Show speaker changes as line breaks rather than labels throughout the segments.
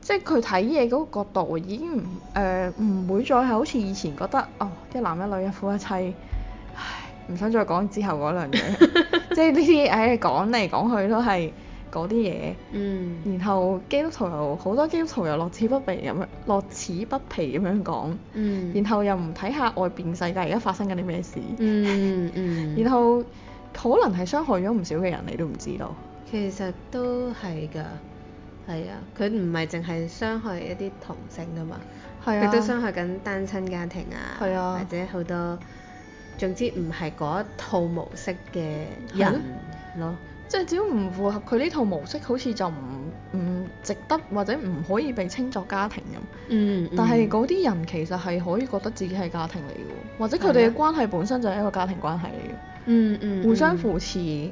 即係佢睇嘢嗰個角度已經唔誒唔會再係好似以前覺得哦一男一女一夫一妻，唉唔想再講之後嗰兩樣， 即係呢啲唉講嚟講去都係嗰啲嘢。
嗯
然後基督徒又好多基督徒又樂此不疲咁樣樂此不疲咁樣講，
嗯
然後又唔睇下外邊世界而家發生緊啲咩事，
嗯嗯
然後可能係傷害咗唔少嘅人，你都唔知道。
其實都係㗎，係啊，佢唔係淨係傷害一啲同性㗎嘛，
係
佢、
啊
都傷害緊單親家庭啊，
係啊
或者好多，總之唔係嗰一套模式嘅
係
人咯，
即係只要唔符合佢呢套模式，好似就唔唔值得或者唔可以被稱作家庭咁。
嗯
但係
嗯
嗰啲人其實係可以覺得自己係家庭嚟嘅喎，或者佢哋嘅
係啊
關係本身就係一個家庭關係嚟嘅。
嗯嗯
互相扶持、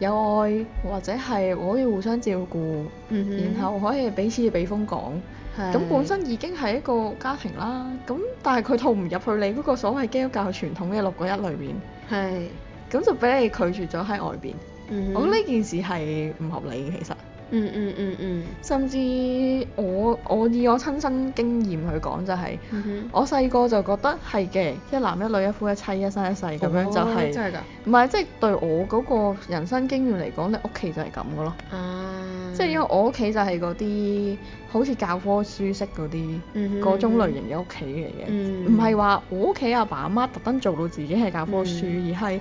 有愛，或者係可以互相照顧，
嗯哼
然後可以彼此避風港。
係
咁本身已經係一個家庭啦，咁但係佢套唔入去你嗰個所謂基督教傳統嘅六個一裏面，
係
咁就俾你拒絕咗喺外邊。
嗯哼
我覺得呢件事係唔合理嘅，其實。
嗯嗯嗯嗯
甚至我我以我親身經驗去講就係、
嗯哼
我細個就覺得係嘅，一男一女一夫一妻一生一世咁樣就係、
哦真係㗎
唔係即係對我嗰個人生經驗嚟講，你屋企就係咁嘅咯。
啊，
即係因為我屋企就係嗰啲好似教科書式嗰啲
嗯哼
嗰種類型嘅屋企嚟嘅，
嗯
唔係話我屋企阿爸阿媽特登做到自己係教科書，
嗯
而係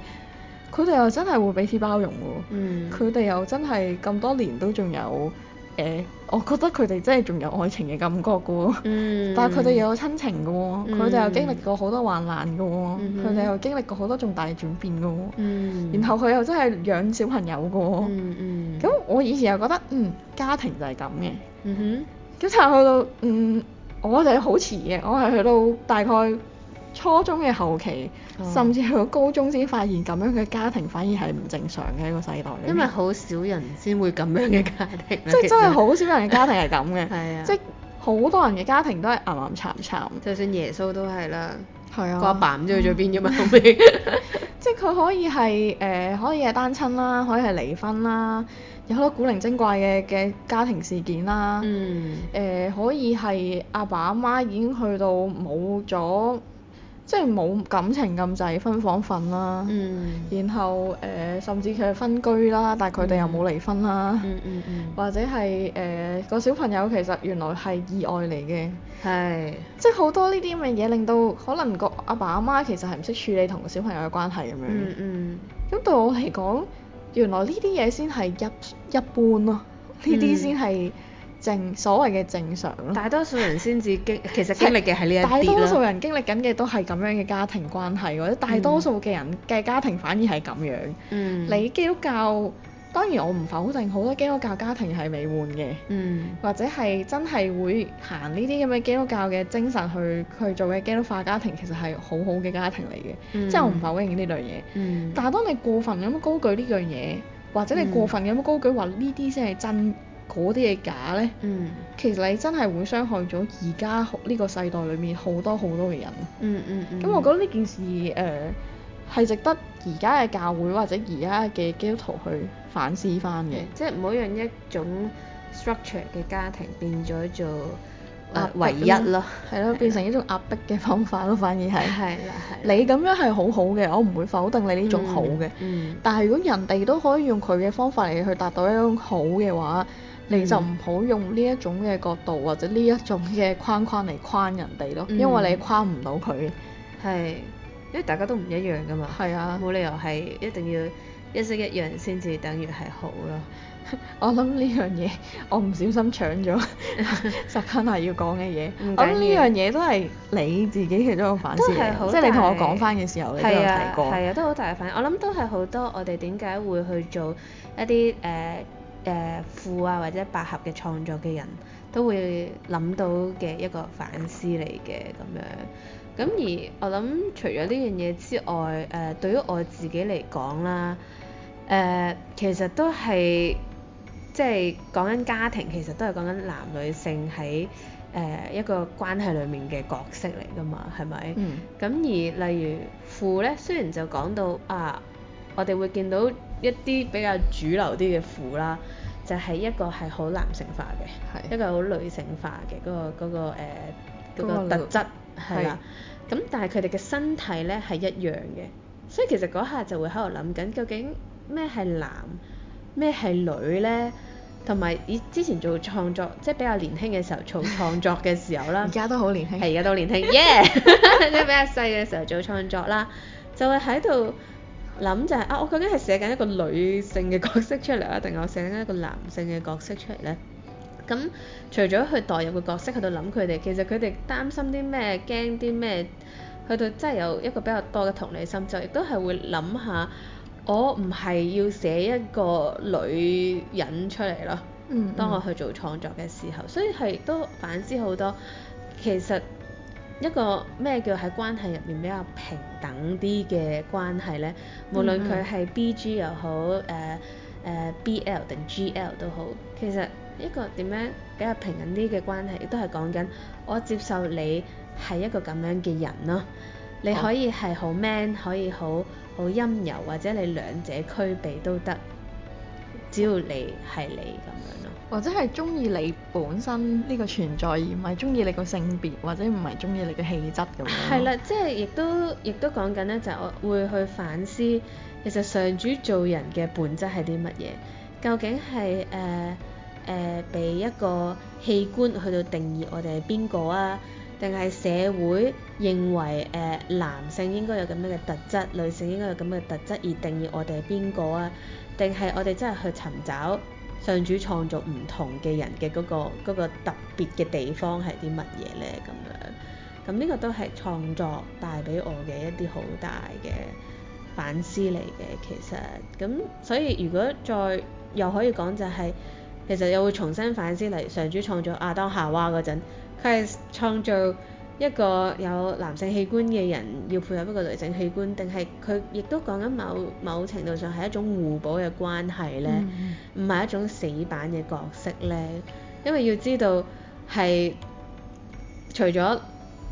佢哋又真係會彼此包容喎
嗯。
佢哋、又真係咁多年都仲有誒、呃我覺得佢哋真係仲有愛情嘅感覺嘅喎。
嗯
但係佢哋又有親情嘅喎，佢哋、又經歷過好多患難嘅喎，
嗯
佢
哼
哋、又經歷過好多重大嘅轉變嘅喎。
嗯
然後佢又真係養小朋友嘅喎。
嗯嗯
咁我以前又覺得嗯家庭就係咁嘅，
嗯
咁但係去到嗯我哋好遲嘅，我係去到大概初中嘅後期，
哦
甚至去到高中先發現咁樣嘅家庭反而係唔正常嘅一個世代裏
哼，
面。
因為好少人先會咁樣嘅家庭啦，
嗯即係
其
真係
實
好少人嘅家庭係咁
係
嘅，
啊
即係好多人嘅家庭都係岩岩慘慘。
就算耶穌都係啦，
係啊
個阿爸唔知去咗邊 啫嘛，後尾
即係佢可以係誒、呃可以係單親啦，可以係離婚啦，有好多古靈精怪嘅嘅家庭事件啦。
嗯
誒、可以係阿爸阿媽已經去到冇咗，即係冇感情咁滯，分房瞓啦。
嗯
然後誒、呃甚至佢係分居啦，但係佢哋又冇離婚啦。
嗯嗯嗯
或者係誒個小朋友其實原來係意外嚟嘅。
係
即係好多呢啲咁嘅嘢，令到可能個阿爸阿媽其實係唔識處理同個小朋友嘅關係咁樣。
嗯嗯
咁對我嚟講，原來呢啲嘢先係一一般咯，呢啲
嗯
先係正所謂嘅正常咯。
大多數人先至經，其實經歷嘅啊係呢一
大
啲
多數
啦。
人經歷緊嘅都係咁樣嘅家庭關係，或者大多數嘅人嘅家庭反而係咁樣。
嗯
你基督教當然我唔否定好多基督教家庭係美滿嘅，
嗯
或者係真係會行呢啲咁嘅基督教嘅精神去去做嘅基督化家庭，其實係好好嘅家庭嚟嘅，
嗯
即係我唔否認呢類嘢。
嗯
但係當你過分咁高舉呢樣嘢，或者你過分咁高舉話呢啲先係真，嗰啲係假呢，
嗯
其實你真係會傷害咗而家呢個世代裏面好多好多嘅人。
嗯嗯嗯。
咁、我覺得呢件事誒係、值得而家嘅教會或者而家嘅基督徒去反思翻嘅。
即係唔好讓一種 structure 嘅家庭變咗做
壓迫
誒啊唯一咯，
係啊咯，變成一種壓迫嘅方法咯，反而係。
係啦係啦
你咁樣係好好嘅，我唔會否定你呢種好嘅。
嗯嗯
但係如果人哋都可以用佢嘅方法嚟去達到一種好嘅話，你就唔好用呢一種嘅角度或者呢一種嘅框框嚟框人哋咯，
嗯
因為你框唔到佢。
係，因為大家都唔一樣噶嘛，
係啊
冇理由係一定要一式一樣先至等於係好咯。
我諗呢樣嘢，我唔小心搶咗 十間係要講嘅嘢
唔緊要。
我諗呢樣嘢都係你自己嘅一個反思
都
嚟
係好
嘅，
大，
即係你同我講翻嘅時候，你都有
係
提
啊
過。
係啊，都好大嘅反應。我諗都係好多我哋點解會去做一啲誒誒副啊或者百合嘅創作嘅人都會諗到嘅一個反思嚟嘅咁樣。咁而我諗除咗呢樣嘢之外，誒、對於我自己嚟講啦，誒、其實都係。即係講緊家庭，其實都係講緊男女性喺誒、呃一個關係裡面嘅角色嚟㗎嘛，係咪？咁、
嗯
而例如父咧，雖然就講到啊，我哋會見到一啲比較主流啲嘅父啦，就係一個係好男性化嘅，
係
一個好女性化嘅嗰、個嗰、個呃嗰
嗰
個
個
特質
係
係啦。咁但係佢哋嘅身體咧係一樣嘅，所以其實嗰下就會喺度諗緊究竟咩係男，咩係女咧？同埋以之前做創作，即係比較年輕嘅時候做創作嘅時候啦，
而家都好年輕。
係而家都年輕， 耶！即係比較細嘅時候做創作啦，就會喺度諗就係、啊，我究竟係寫緊一個女性嘅角色出嚟啊，定係我寫緊一個男性嘅角色出嚟呢？咁除咗去代入個角色，去到諗佢哋，其實佢哋擔心啲咩，驚啲咩，去到真係有一個比較多嘅同理心，就亦都係會諗下，我唔係要寫一個女人出嚟咯。
嗯
當我
嗯
去做創作嘅時候，所以係都反思好多。其實一個咩叫喺關係入面比較平等啲嘅關係呢？無論
嗯
佢
嗯
係 BG 又好，呃誒、誒、BL 定 GL 都好，其實一個點樣比較平等啲嘅關係，亦都係講緊我接受你係一個咁樣嘅人咯。你
好
可以係好 man，可以好好陰柔，或者你兩者區別都得，只要你係你咁樣咯。
或者係中意你本身呢個存在，而唔係中意你個性別，或者唔係中意你嘅氣質咁樣。
係啦，，即係亦都亦都講緊咧，就係我會去反思，其實上主做人嘅本質係啲乜嘢？究竟係誒誒俾一個器官去到定義我哋係邊個啊？定係社會認為誒、呃男性應該有咁樣嘅特質，女性應該有咁嘅特質而定義我哋係邊個啊？定係我哋真係去尋找上主創造唔同嘅人嘅嗰、個嗰個特別嘅地方係啲乜嘢呢？咁樣。咁呢個都係創作帶俾我嘅一啲好大嘅反思嚟嘅，其實咁所以如果再又可以講就係、其實又會重新反思，例如上主創造亞當夏娃嗰陣，佢係創造一個有男性器官嘅人要配合一個女性器官，定係佢亦都講緊某某程度上係一種互補嘅關係呢？
嗯
唔係一種死板嘅角色呢？因為要知道係除咗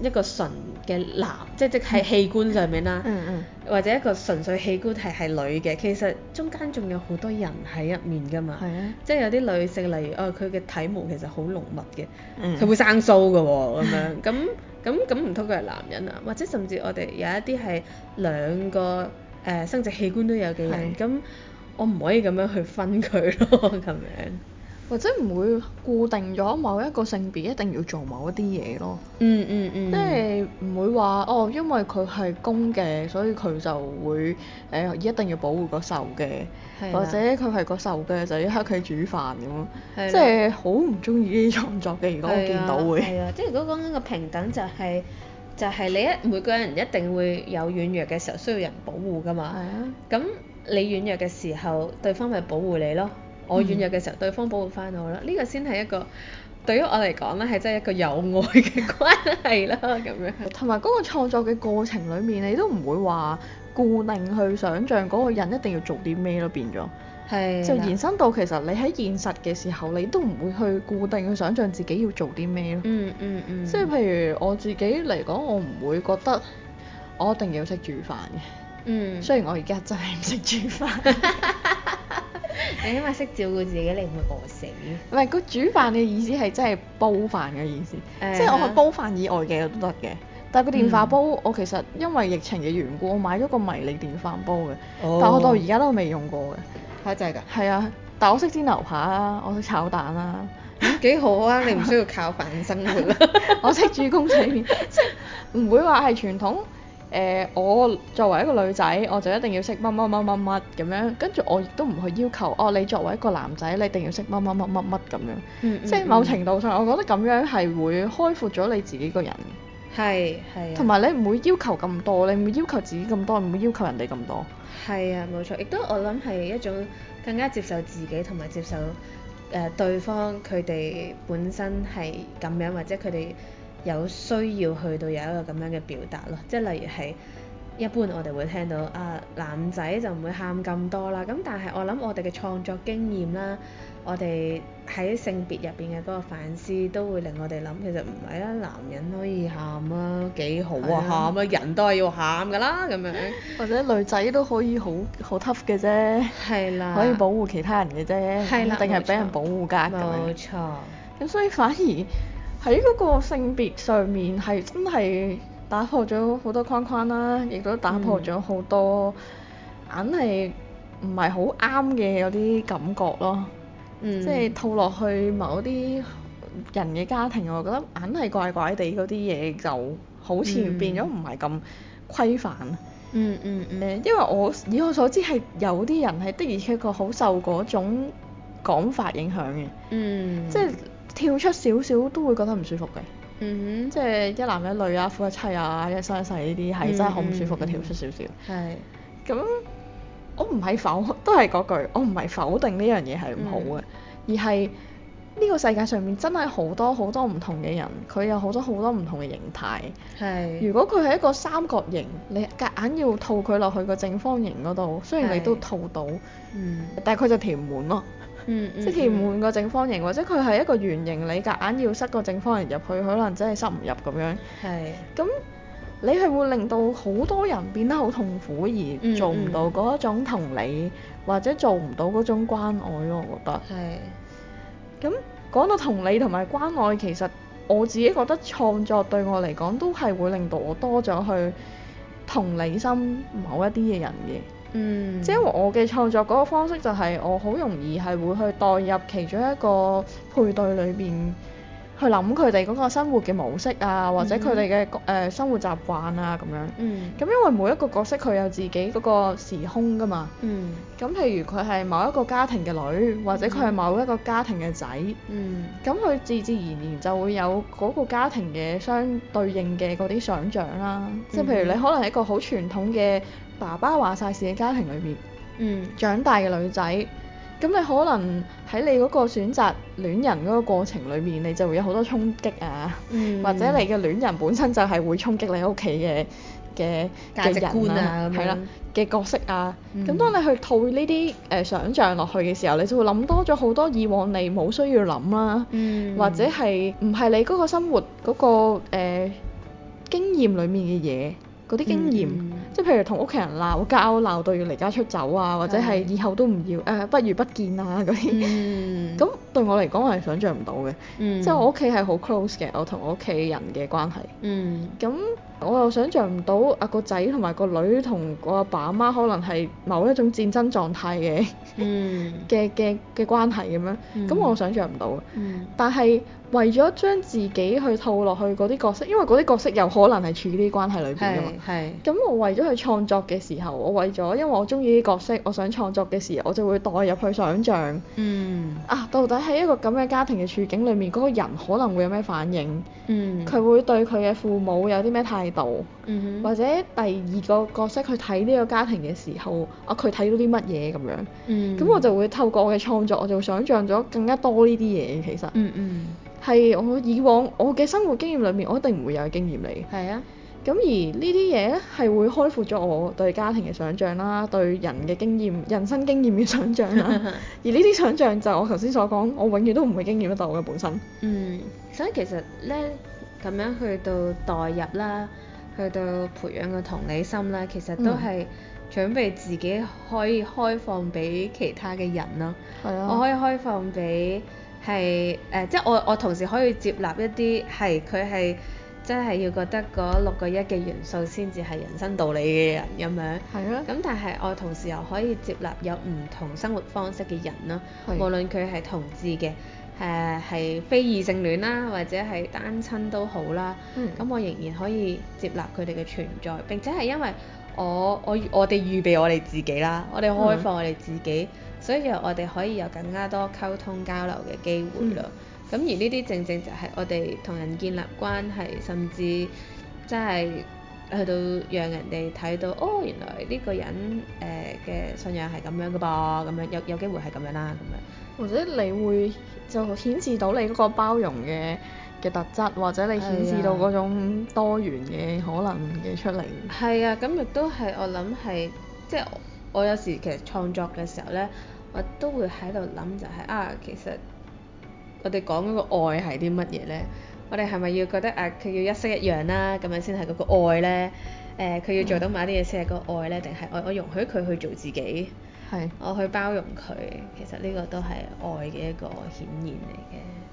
一個純嘅男，即即係器官上面啦，
嗯嗯
或者一個純粹器官係係女嘅，其實中間仲有好多人喺入面噶嘛。
係啊
即係有啲女性，例如哦，佢嘅體毛其實好濃密嘅，佢、
嗯
會生須嘅喎，咁樣 咁咁咁唔通佢係男人啊？或者甚至我哋有一啲係兩個誒、呃生殖器官都有嘅
係
人，咁我唔可以咁樣去分佢咯，咁樣。
或者唔會固定咗某一個性別一定要做某一啲嘢咯。
嗯嗯嗯，
即係唔會話哦，因為佢係公嘅，所以佢就會誒、呃一定要保護個獸嘅，
係啦
或者佢係個獸嘅就要喺屋企煮飯
係啦
咁，即係好唔中意呢啲創作嘅。如果我
ờ,
見到會，
係啊，係啊即係如果講緊個平等就係、就係、你一每個人一定會有軟弱嘅時候，需要人保護噶嘛。
係啊
咁你軟弱嘅時候，對方咪保護你咯；我軟弱嘅時候，對方保護翻我咯。呢、個先係一個對於我嚟講咧，係真係一個有愛嘅關係啊啦。咁樣
同埋嗰個創作嘅過程裡面，你都唔會話固定去想像嗰個人一定要做啲咩咯，變咗。
係
就
啦
延伸到其實你喺現實嘅時候，你都唔會去固定去想像自己要做啲咩咯。
嗯嗯嗯，
即係譬如我自己嚟講，我唔會覺得我一定要識煮飯嘅。
嗯，
雖然我而家真係唔識煮飯，
你起碼識照顧自己，你唔會餓死。
唔係個煮飯嘅意思係真係煲飯嘅意思，
誒啊嗯
即係我係煲飯以外嘅都得嘅。但係個電飯煲，我其實因為疫情嘅緣故，我買咗個迷你電飯煲嘅，
哦
但我到而家都未用過嘅。
嚇真係㗎？
係啊，但我識煎牛扒啦，我識炒蛋啦。
咁幾好啊！你唔需要靠飯生活 啦。
我識煮公仔麵， 即係唔會話係傳統。誒、我作為一個女仔，我就一定要識乜乜乜乜乜咁樣，跟住我亦都唔去要求哦，你作為一個男仔，你一定要識乜乜乜乜乜咁樣。
嗯嗯
即係某程度上，我覺得咁樣係會開闊咗你自己個人嘅，
係係啊。
同埋你唔會要求咁多，你唔會要求自己咁多，唔會要求人哋咁多。
係啊，冇錯，亦都我諗係一種更加接受自己同埋接受誒、呃、對方佢哋本身係咁樣，或者佢哋有需要去到有一個咁樣嘅表達咯。即係例如係一般我哋會聽到啊男仔就唔會喊咁多啦，咁但係我諗我哋嘅創作經驗啦，我哋喺性別入邊嘅嗰個反思都會令我哋諗，其實唔係啊啦，男人可以喊啊，幾好
係
啊
啊
喊啊，人都係要喊噶啦咁樣，
或者女仔都可以好好 tough 嘅啫，
係啦，
可以保護其他人嘅啫，
係啦，
一定係
冇
俾人
錯
保護㗎咁
冇
樣。
錯，
咁所以反而喺嗰個性別上面係真係打破咗好多框框啦，亦都打破咗好多
嗯
硬係唔係好啱嘅嗰啲感覺咯。
嗯，
即係套落去某啲人嘅家庭，我覺得硬係怪怪地嗰啲嘢就好似
嗯
變咗唔係咁規範。
嗯嗯
誒、
嗯，
因為我以我所知係有啲人係的而且確好受嗰種講法影響嘅。
嗯，
即係跳出少少都會覺得唔舒服嘅。
嗯哼，
即係一男一女啊、夫一妻啊、一生一世呢啲係真係好唔舒服嘅，
嗯嗯
跳出少少。
係
咁我唔係否， 都係嗰句，我唔係否定呢樣嘢係唔好嘅，
嗯
而係呢個世界上面真係好多好多唔同嘅人，佢有好多好多唔同嘅形態。
係，
如果佢係一個三角形，你夾硬要套佢落去個正方形嗰度，雖然你
係
都套到，
嗯
但係佢就填滿咯。
嗯嗯，
即係填滿個正方形，或者佢係一個圓形，你夾硬要塞個正方形入去，可能真係塞唔入咁樣。
係。
咁你係會令到好多人變得好痛苦，而
嗯
做唔到
嗯
嗰一種同理，或者做唔到嗰種關愛咯。我覺得。
係，
咁講到同理同埋關愛，其實我自己覺得創作對我嚟講都係會令到我多咗去同理心某一啲嘅人嘅。
嗯，
即係我嘅創作嗰個方式就係我好容易係會去代入其中一個配對裏邊去諗佢哋嗰個生活嘅模式啊，或者佢哋嘅誒生活習慣啊咁樣。
嗯
咁因為每一個角色佢有自己嗰個時空㗎嘛。
嗯
咁譬如佢係某一個家庭嘅女，或者佢係
嗯
某一個家庭嘅仔，
嗯
咁佢自自然然就會有嗰個家庭嘅相對應嘅嗰啲想像啦。即係譬如
嗯
你可能喺一個好傳統嘅爸爸話晒事嘅家庭裏面。
嗯
長大嘅女仔，咁你可能喺你嗰個選擇戀人嗰個過程裏面，你就會有好多衝擊啊，
嗯
或者你嘅戀人本身就係會衝擊你屋企嘅嘅嘅
價值
人
觀啊咁樣
係啦嘅角色啊。咁、
嗯
當你去套呢啲誒想像落去嘅時候，你就會諗多咗好多以往你冇需要諗啦，
嗯
或者係唔係你嗰個生活嗰、個、誒經驗裡面嘅嘢。嗰啲經驗，
嗯嗯
即係譬如同屋企人鬧交，鬧到要離家出走啊，或者係
係
以後都唔要誒、不如不見啊嗰啲。
嗯
咁、對我嚟講，我係想像唔到嘅。
嗯
即係我屋企係好 close 嘅，我同我屋企人嘅關係。
嗯
咁我又想像唔到啊個仔同埋個女同我阿爸阿媽可能係某一種戰爭狀態嘅
嗯
嘅嘅嘅關係咁樣，咁、
嗯
我想像唔到嘅。
嗯
但係為咗將自己去套落去嗰啲角色，因為嗰啲角色有可能係處於呢啲關係裏邊㗎嘛
係。係
咁我為咗去創作嘅時候，我為咗因為我中意啲角色，我想創作嘅時候，我就會代入去想像
嗯
啊，到底喺一個咁嘅家庭嘅處境裏面，嗰、個人可能會有咩反應？
嗯
佢、會對佢嘅父母有啲咩態度？
嗯哼
或者第二個角色去睇呢個家庭嘅時候，啊佢睇到啲乜嘢咁樣？咁、
嗯
我就會透過我嘅創作，我就想像咗更加多呢啲嘢。其實
嗯嗯
係、我以往我嘅生活經驗裏面，我一定唔會有嘅經驗嚟嘅。
係啊
咁而呢啲嘢咧係會開闊咗我對家庭嘅想像啦，對人嘅經驗、人生經驗嘅想像啦。而呢啲想像就係我頭先所講，我永遠都唔會經驗得到嘅本身。
嗯，所以其實咧咁樣去到代入啦，去到培養個同理心啦，其實都
嗯
係準備自己可以開放俾其他嘅人咯。
係啊，
我可以開放俾係誒，即係我我同時可以接納一啲係佢係真係要覺得嗰六個一嘅元素先至係人生道理嘅人咁樣。
係啊
咁但係我同時又可以接納有唔同生活方式嘅人咯，
係
無論佢係同志嘅，誒、係非異性戀啦，或者係單親都好啦。
嗯
咁、我仍然可以接納佢哋嘅存在，並且係因為我我我哋預備我哋自己啦，我哋開放我哋自己，所以就我哋可以有更加多溝通交流嘅機會咯。咁、而呢啲正正就係我哋同人建立關係，甚至真係去到讓人哋睇到，哦，原來呢個人誒嘅、信仰係咁樣嘅噃，咁樣有有機會係咁樣啦，咁樣。
或者你會就顯示到你嗰個包容嘅嘅特質，或者你顯示到嗰種多元嘅可能嘅出嚟。
係啊，咁亦都係我諗係，即係我有時其實創作嘅時候咧，我都會喺度諗就係、啊，其實我哋講嗰個愛係啲乜嘢咧？我哋係咪要覺得啊，佢要一式一樣啦，咁樣先係嗰個愛咧？誒、佢要做到某啲嘢先係個愛咧，定係我我容許佢去做自己，
係。
我去包容佢？其實呢個都係愛嘅一個顯現嚟嘅。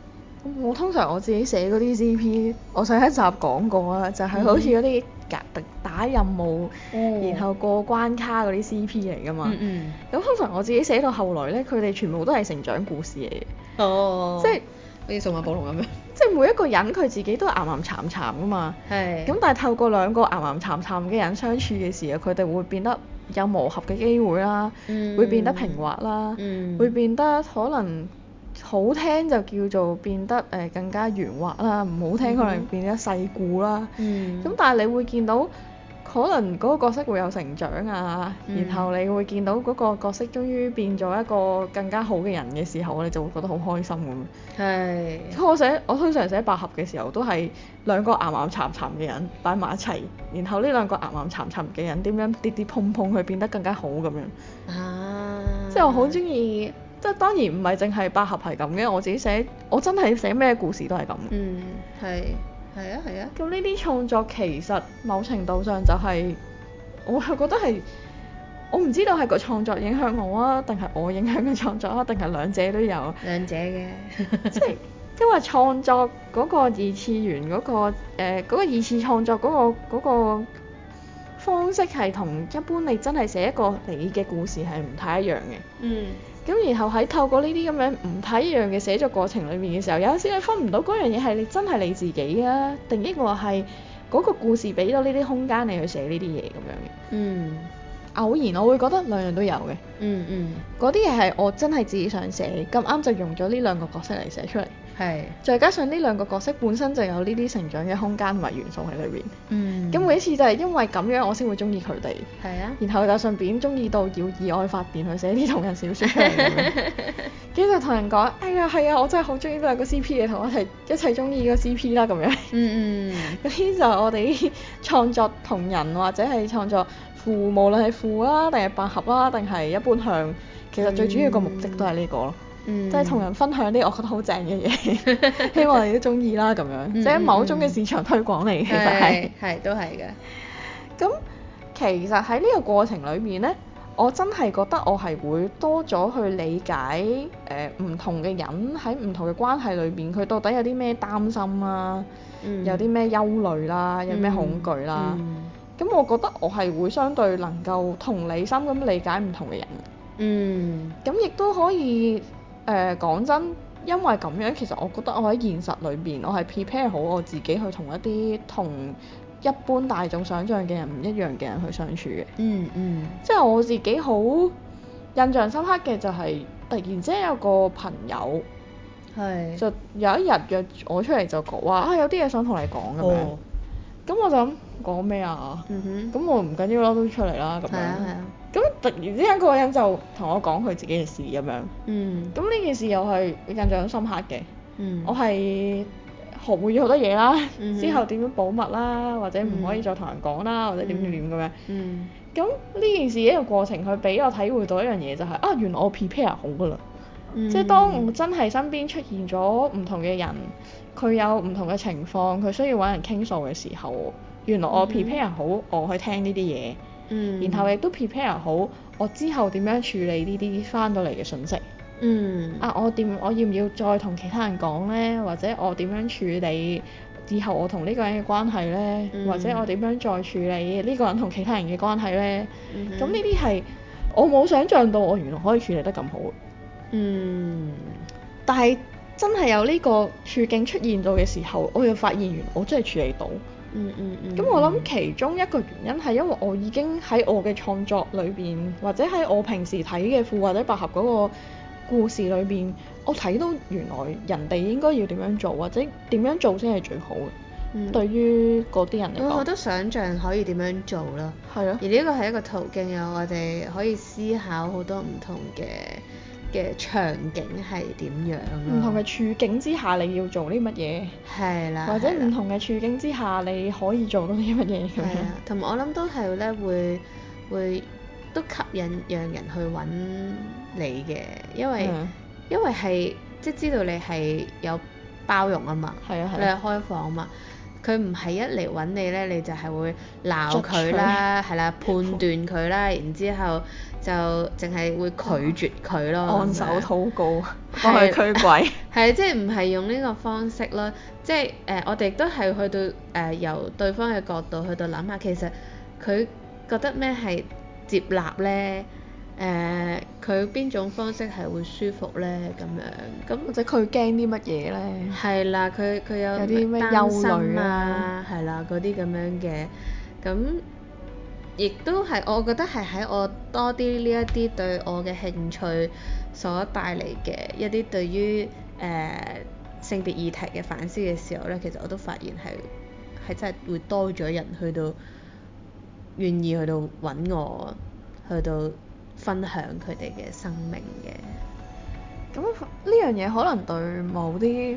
我通常我自己寫嗰啲 CP，我上一集講過啦，就係、好似嗰啲格打任務，
嗯哦
然後過關卡嗰啲 CP 嚟噶嘛。
嗯嗯
咁通常我自己寫到後來咧，佢哋全部都係成長故事嚟嘅，
哦，
即係
好似數碼暴龍咁樣。
即係每一個人佢自己都係岩岩慘慘噶嘛。
係。
咁但係透過兩個岩岩慘慘嘅人相處嘅時候，佢哋會變得有磨合嘅機會啦，
嗯
會變得平滑啦，
嗯
會變得可能好聽就叫做變得誒、呃更加圓滑啦，唔好聽可能變得世故啦。咁、
嗯
但係你會見到。可能嗰個角色會有成長啊，
嗯
然後你會見到嗰個角色終於變咗一個更加好嘅人嘅時候，我哋就會覺得好開心咁樣。
係。
我寫我通常寫百合嘅時候，都係兩個岩岩慘慘嘅人擺埋一齊，然後呢兩個岩岩慘慘嘅人點樣跌跌碰碰去變得更加好咁樣。
啊。
即係我好中意，即係當然唔係淨係百合係咁嘅，我自己寫我真係寫咩故事都係咁。
嗯，係，係啊，係啊，
咁呢啲創作其實某程度上就係、我係覺 得係。我唔知道係個創作影響我啊，定係我影響嘅創作啊，定係兩者都有。
兩者嘅，
即係因為創作嗰個二次元嗰、個誒嗰、個二次創作嗰、個嗰、個方式係同一般你真係寫一個你嘅故事係唔太一樣嘅。
嗯，
咁然後喺透過呢啲咁樣唔太一樣嘅寫作過程裏面嘅時候，有陣時你分唔到嗰樣嘢係你真係你自己啊，定抑或係嗰個故事俾到呢啲空間你去寫呢啲嘢咁樣
嗯，
嘅。偶然我會覺得兩樣都有嘅，
嗯嗯，
嗰啲嘢係我真係自己想寫，咁啱就用咗呢兩個角色嚟寫出嚟。
係，
再加上呢兩個角色本身就有呢啲成長嘅空間同埋元素喺裏邊，
嗯，
咁、每一次就係因為咁樣我先會中意佢哋，
係啊，
然後就順便中意到要以愛發電去寫啲同人小説出嚟咁 樣，跟住就同人講：哎呀，係啊，我真係好中意呢兩個 CP 嘅，同我一齊一齊中意個 CP 啦咁樣。
嗯嗯，
嗰啲就係我哋啲創作同人或者係創作父，無論係父啦，定係百合啦，定係一般向，其實最主要個目的都係呢個咯。
嗯
即係同人分享啲我覺得好正嘅 嘢，希望你都中意啦咁樣，
嗯
即係某種嘅市場推廣嚟嘅，其實係
係。係都係嘅，
咁其實喺呢個過程裏面呢，我真係覺得我係會多咗去理解誒唔、同嘅人喺唔同嘅關係裏面，佢到底有啲咩擔心啊，
嗯
有啲咩憂慮啦，有咩恐懼啦。
嗯
咁、我覺得我係會相對能夠同理心咁理解唔同嘅人。
嗯，
咁亦都可以誒講、真，因為咁樣，其實我覺得我喺現實裏邊，我係 prepare 好我自己去同一啲同一般大眾想象嘅人唔一樣嘅人去相處嘅。
嗯嗯，
即係我自己好印象深刻嘅就係、突然之間有個朋友
係，
就有一日約我出嚟就講話啊，有啲嘢想同你講咁樣。
哦
咁我就諗講咩啊？
嗯哼
咁我唔緊要啦，都出嚟啦咁樣。
係啊係啊
咁突然之間嗰個人就同我講佢自己嘅事咁樣。
嗯，
咁呢件事又係印象深刻嘅。
嗯，
我係學會咗好多嘢啦，
嗯哼
之後點樣保密啦，或者唔可以再同人講啦，或者點點點咁樣。
嗯，
咁呢件事呢個過程，佢俾我體會到一樣嘢就係、啊，原來我 prepare 好㗎啦。
嗯
即係當我真係身邊出現咗唔同嘅人，佢有唔同嘅情況，佢需要揾人傾訴嘅時候，原來我 prepare 好我去聽呢啲嘢，
嗯
然後亦都 prepare 好我之後點樣處理呢啲翻到嚟嘅信息。
嗯，
啊，我點我要唔要再同其他人講呢？或者我點樣處理以後我同呢個人嘅關係呢？
嗯
或者我點樣再處理呢個人同其他人嘅關係呢？
嗯哼
咁呢啲係我冇想象到，我原來可以處理得咁好。
嗯，
但係真係有呢個處境出現到嘅時候，我又發現原來我真係處理到。
嗯嗯嗯，
咁我諗其中一個原因係因為我已經喺我嘅創作裏邊，或者喺我平時睇嘅富或者百合嗰個故事裏邊，我睇到原來人哋應該要點樣做，或者點樣做先係最好嘅。
嗯
對於嗰啲人嚟
有好
講，
多想像啊可以點樣做啦。
係咯
而呢個係一個途徑，有我哋可以思考好多唔同嘅嘅場景係點樣咯
唔同嘅處境之下，你要做啲乜嘢？
係啦，
或者
係啦
唔同嘅處境之下，你可以做到啲乜嘢咁
係啊，
樣？
同埋我諗都係咧會會都吸引讓人去揾你嘅，因為、
嗯
因為係即係知道你係有包容啊嘛，
係啊係啊
你係開放啊嘛。佢唔係一嚟揾你咧，你就係會鬧
捉
佢
佢
啦，係 啦，判斷佢啦，然之後就淨係會拒絕佢咯。
按手
咁樣
禱告，幫佢
係
驅 鬼。
係即係唔係用呢個方式咯，即係誒、呃我哋都係去到誒、呃由對方嘅角度去到諗下，其實佢覺得咩係接納咧？誒、佢邊種方式係會舒服咧？咁樣
或
咁
者佢驚啲乜嘢咧？
係啦，佢佢有
有啲咩
擔
憂慮
心啊
啊，
係啦，嗰啲咁樣嘅，咁亦都係我覺得係喺我多啲呢一啲對我嘅興趣所帶嚟嘅一啲對於誒、呃性別議題嘅反思嘅時候咧，其實我都發現係係真係會多咗人去到願意去到揾我，去到分享佢哋嘅生命嘅。
咁呢樣嘢可能對某啲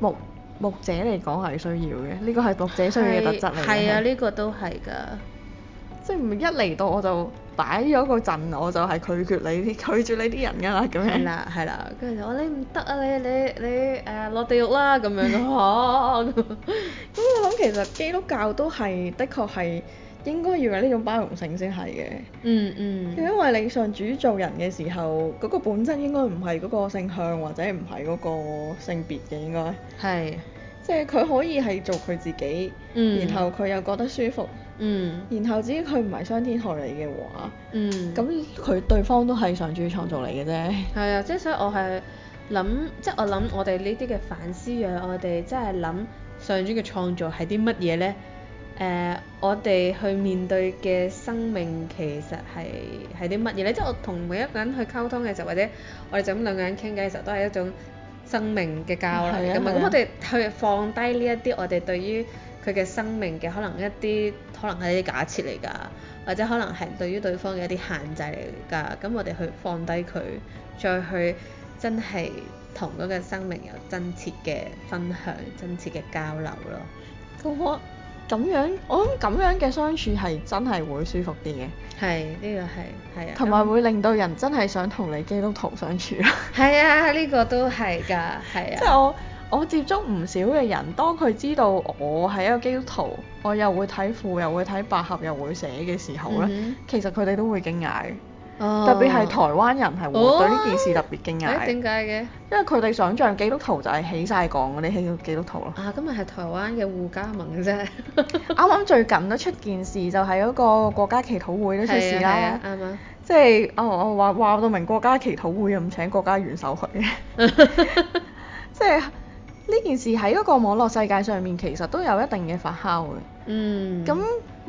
牧牧者嚟講係需要嘅，呢個係牧者需要嘅特質嚟嘅。
係啊，呢、個都係㗎。
即係唔係一嚟到我就擺咗個陣，我就係拒絕你啲拒絕你啲人㗎啦咁樣。
係啦，係啦，跟住就話你唔得啊，你你你誒落地獄啦咁樣 咯，嚇咁
咁我諗其實基督教都係的確係應該要有呢種包容性先係嘅。
嗯嗯，
因為你上主做人嘅時候，嗰、個本質應該唔係嗰個性向或者唔係嗰個性別嘅應該，
係，
即係佢可以係做佢自己，
嗯
然後佢又覺得舒服，
嗯
然後只要佢唔係傷天害理嘅話，
嗯，
咁佢對方都係上主創造嚟嘅啫。
係啊，即係所以我係諗，即係我諗我哋呢啲嘅反思讓我哋真係諗上主嘅創造係啲乜嘢咧？誒、我哋去面對嘅生命其實係係啲乜嘢咧？即係我同每一個人去溝通嘅時候，或者我哋就咁兩個人傾偈嘅時候，都係一種生命嘅交流嚟㗎嘛。
係啊係啊
咁、我哋去放低呢一啲我哋對於佢嘅生命嘅可能一啲可能係一啲假設嚟㗎，或者可能係對於對方嘅一啲限制嚟㗎。咁我哋去放低佢，再去真係同嗰個生命有真切嘅分享、真切嘅交流咯。
咁我咁樣，我諗咁樣嘅相處係真係會舒服啲嘅，
係，呢、個係係啊，
同埋會令到人真係想同你基督徒相處啦。
係啊，呢、個都係㗎，係
即係
啊，
我我接觸唔少嘅人，當佢知道我係一個基督徒，我又會睇父，又會睇百合，又會寫嘅時候咧，
嗯哼
其實佢哋都會驚訝嘅。
哦
特別係台灣人係
哦
會對呢件事特別驚
誒點
訝，
解嘅？
因為佢哋想像基督徒就係起晒槓嗰啲基督基督徒咯。
啊，今日係台灣嘅護家盟啫，
啱啱最近都出件事，就係嗰個國家祈禱會都出事
係
啦。
啊係啊啱啊
即係哦，我話話到明國家祈禱會咁請國家元首去 嘅，即係呢件事喺嗰個網絡世界上面其實都有一定嘅發酵嘅。
嗯，
咁、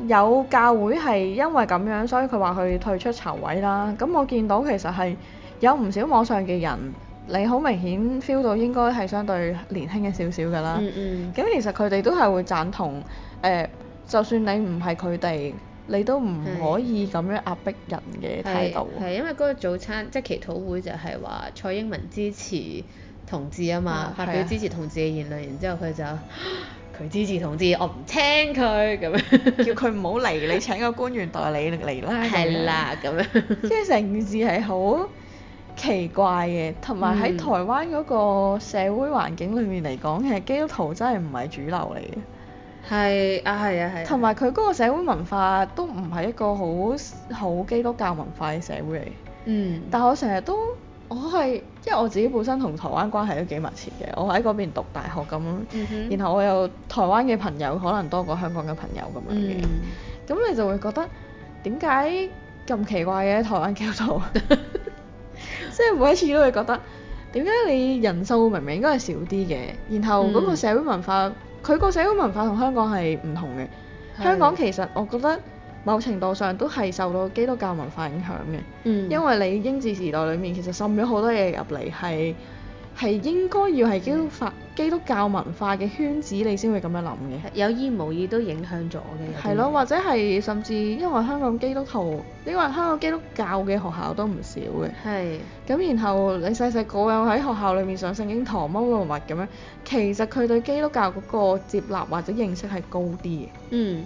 有教會係因為咁樣，所以佢話佢退出籌委啦。咁我見到其實係有唔少網上嘅人，你好明顯 feel 到應該係相對年輕嘅少少㗎啦。
嗯嗯
咁其實佢哋都係會贊同誒、呃就算你唔係佢哋，你都唔
係
可以咁樣壓迫人嘅態度。
係因為嗰個早餐即係祈禱會就係話蔡英文支持同志啊嘛
啊，
發
係
表
啊
支持同志嘅言論，然之後佢就佢支持同志，我唔聽佢咁 樣，
叫佢唔好嚟，你請個官員代你嚟啦。咁樣
係啦，咁
即
樣，
係成件事係好奇怪嘅，同埋喺
嗯
台灣嗰個社會環境裏面嚟講，其實基督徒真係唔係主流嚟嘅，
係啊係啊係啊，
同埋佢嗰個社會文化都唔係一個好好基督教文化嘅社會嚟。
嗯，
但我成日都我係因為我自己本身同台灣關係都幾密切嘅，我喺嗰邊讀大學咁，
嗯哼
然後我有台灣嘅朋友可能多過香港嘅朋友咁樣嘅，
嗯
咁、你就會覺得點解咁奇怪嘅台灣基督 徒？ 即係每一次都會覺得點解你人數明明應該係少啲嘅，然後嗰個
嗯
社會文化，佢個、社會文化同香港係唔同嘅。
係
香港其實我覺得某程度上都係受到基督教文化影響嘅，
嗯
因為你英治時代裡面其實滲咗好多嘢入嚟係。誒、係應該要係基督法基督教文化嘅圈子，你先會咁樣諗嘅。
有意無意都影響咗我嘅。
係咯，或者係甚至因為香港基督徒，因為香港基督教嘅學校都唔少嘅。
係
咁然後你細細個又喺學校裏面上聖經堂啊乜乜乜咁樣，其實佢對基督教嗰個接納或者認識係高啲嘅，
嗯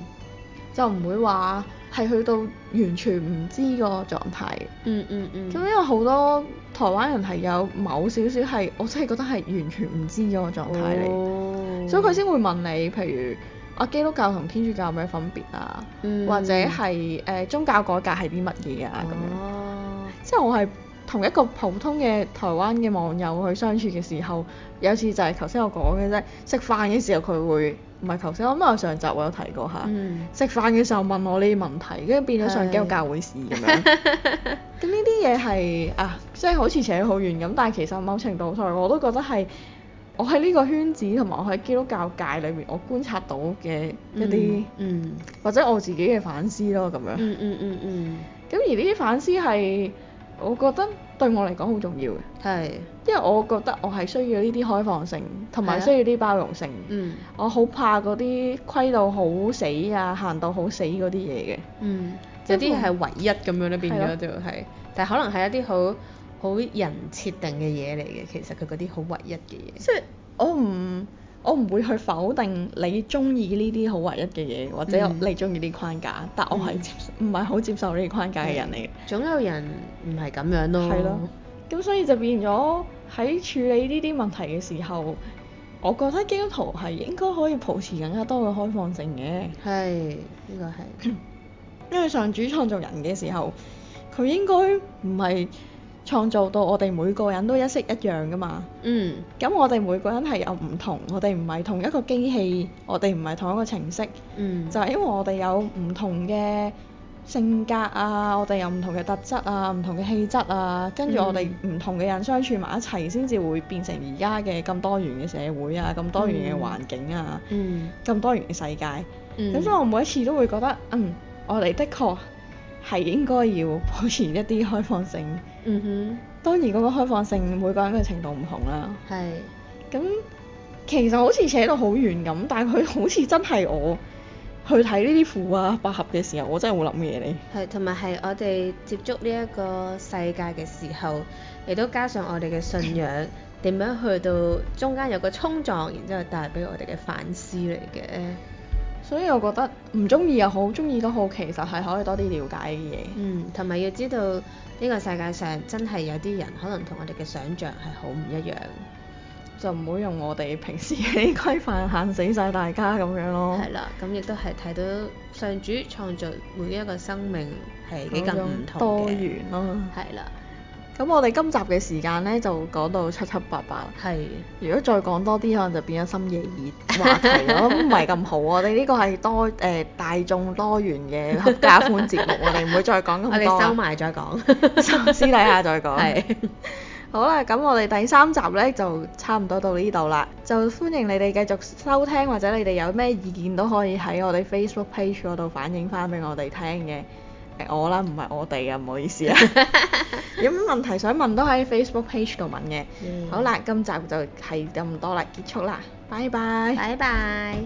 就唔會話係去到完全唔知個狀態嘅。
嗯嗯嗯，
咁因為好多台灣人係有某少少係，我真係覺得係完全唔知嗰個狀態嚟，
哦
所以佢先會問你，譬如啊基督教同天主教有咩分別啊，
嗯
或者係誒、呃宗教改革係啲乜嘢啊咁樣。
哦，
即係我係同一個普通嘅台灣嘅網友去相處嘅時候，有次就係頭先我講嘅啫，食飯嘅時候佢會唔係頭先，我諗我上集我有提過下，
嗯
食飯嘅時候問我呢啲問題，跟住變咗 上基督教會試咁樣。咁呢啲嘢係啊，即係好似扯得好遠咁，但係其實某程度上我都覺得係。我喺呢個圈子同埋我喺基督教界裏面，我觀察到嘅一啲、
嗯
或者我自己嘅反思咯，咁樣。
嗯嗯嗯嗯，
咁而呢啲反思係我覺得對我嚟講好重要嘅，
係
因為我覺得我係需要呢啲開放性，同埋
係啊
需要啲包容性。
嗯
我好怕嗰啲規到好死啊，行到好死嗰啲嘢嘅。
嗯，
即
有
係
啲係
同
唯一咁樣咧變
係
咗
咯
就係，但係可能係一啲好好人設定嘅嘢嚟嘅，其實佢嗰啲好唯一嘅嘢。
即係我唔我唔會去否定你中意呢啲好唯一嘅嘢，或者
嗯
你中意呢啲框架，但我係
嗯
接唔係好接受呢啲框架嘅人嚟嘅。
總有人唔係咁樣咯。
係咯，咁所以就變咗喺處理呢啲問題嘅時候，我覺得基督徒係應該可以保持更加多嘅開放性嘅，
係呢個 係
因為上主創造人嘅時候，佢應該唔係創造到我哋每個人都一式一樣噶嘛。
嗯
咁我哋每個人係有唔同，我哋唔係同一個機器，我哋唔係同一個程式，
嗯
就係因為我哋有唔同嘅性格啊，我哋有唔同嘅特質啊，唔同嘅氣質啊，跟
嗯
住我哋唔同嘅人相處埋一齊，先至會變成而家嘅咁多元嘅社會啊，咁多元嘅環境啊，
嗯
咁多元嘅世界。
嗯
咁所以我每一次都會覺得，嗯，我哋的確係應該要保持一啲開放性。
嗯
當然嗰個開放性每個人嘅程度唔同啦。
哼係
咁其實好似扯到好遠咁，但係佢好似真係我去睇呢啲符啊、百合嘅時候，我真係會諗嘅嘢嚟。
係同埋係我哋接觸呢一個世界嘅時候，亦都加上我哋嘅信仰。點樣去到中間有個衝撞，然之後帶俾我哋嘅反思嚟嘅。
所以我覺得唔中意又好，中意都好，其實係可以多啲了解嘅嘢。
嗯，同埋要知道呢個世界上真係有啲人可能同我哋嘅想像係好唔一樣。
就唔好用我哋平時嘅啲規範限死晒大家咁樣咯。
係啦，咁亦都係睇到上主創造每一個生命係幾咁唔同嘅
多元咯
係啦，
咁我哋今集嘅時間呢，就講到七七八八啦。
係
如果再講多啲，可能就變咗深夜熱話題，我諗唔係咁好。我哋呢個係多誒、呃大眾多元嘅合家歡節目，我哋唔會再講咁多
我
啦。
哋收埋再講，
收 私底下再講。
係
好啦，咁我哋第三集呢就差唔多到呢度啦，就歡迎你哋繼續收聽，或者你哋有咩意見都可以喺我哋 Facebook page 嗰度反映翻俾我哋聽嘅。誒我啦，唔係我哋啊，唔好意 思啊。 有咩問題想問都喺 Facebook page 度問嘅。
嗯
好啦，今集就係咁多啦，結束啦，拜拜。
拜拜。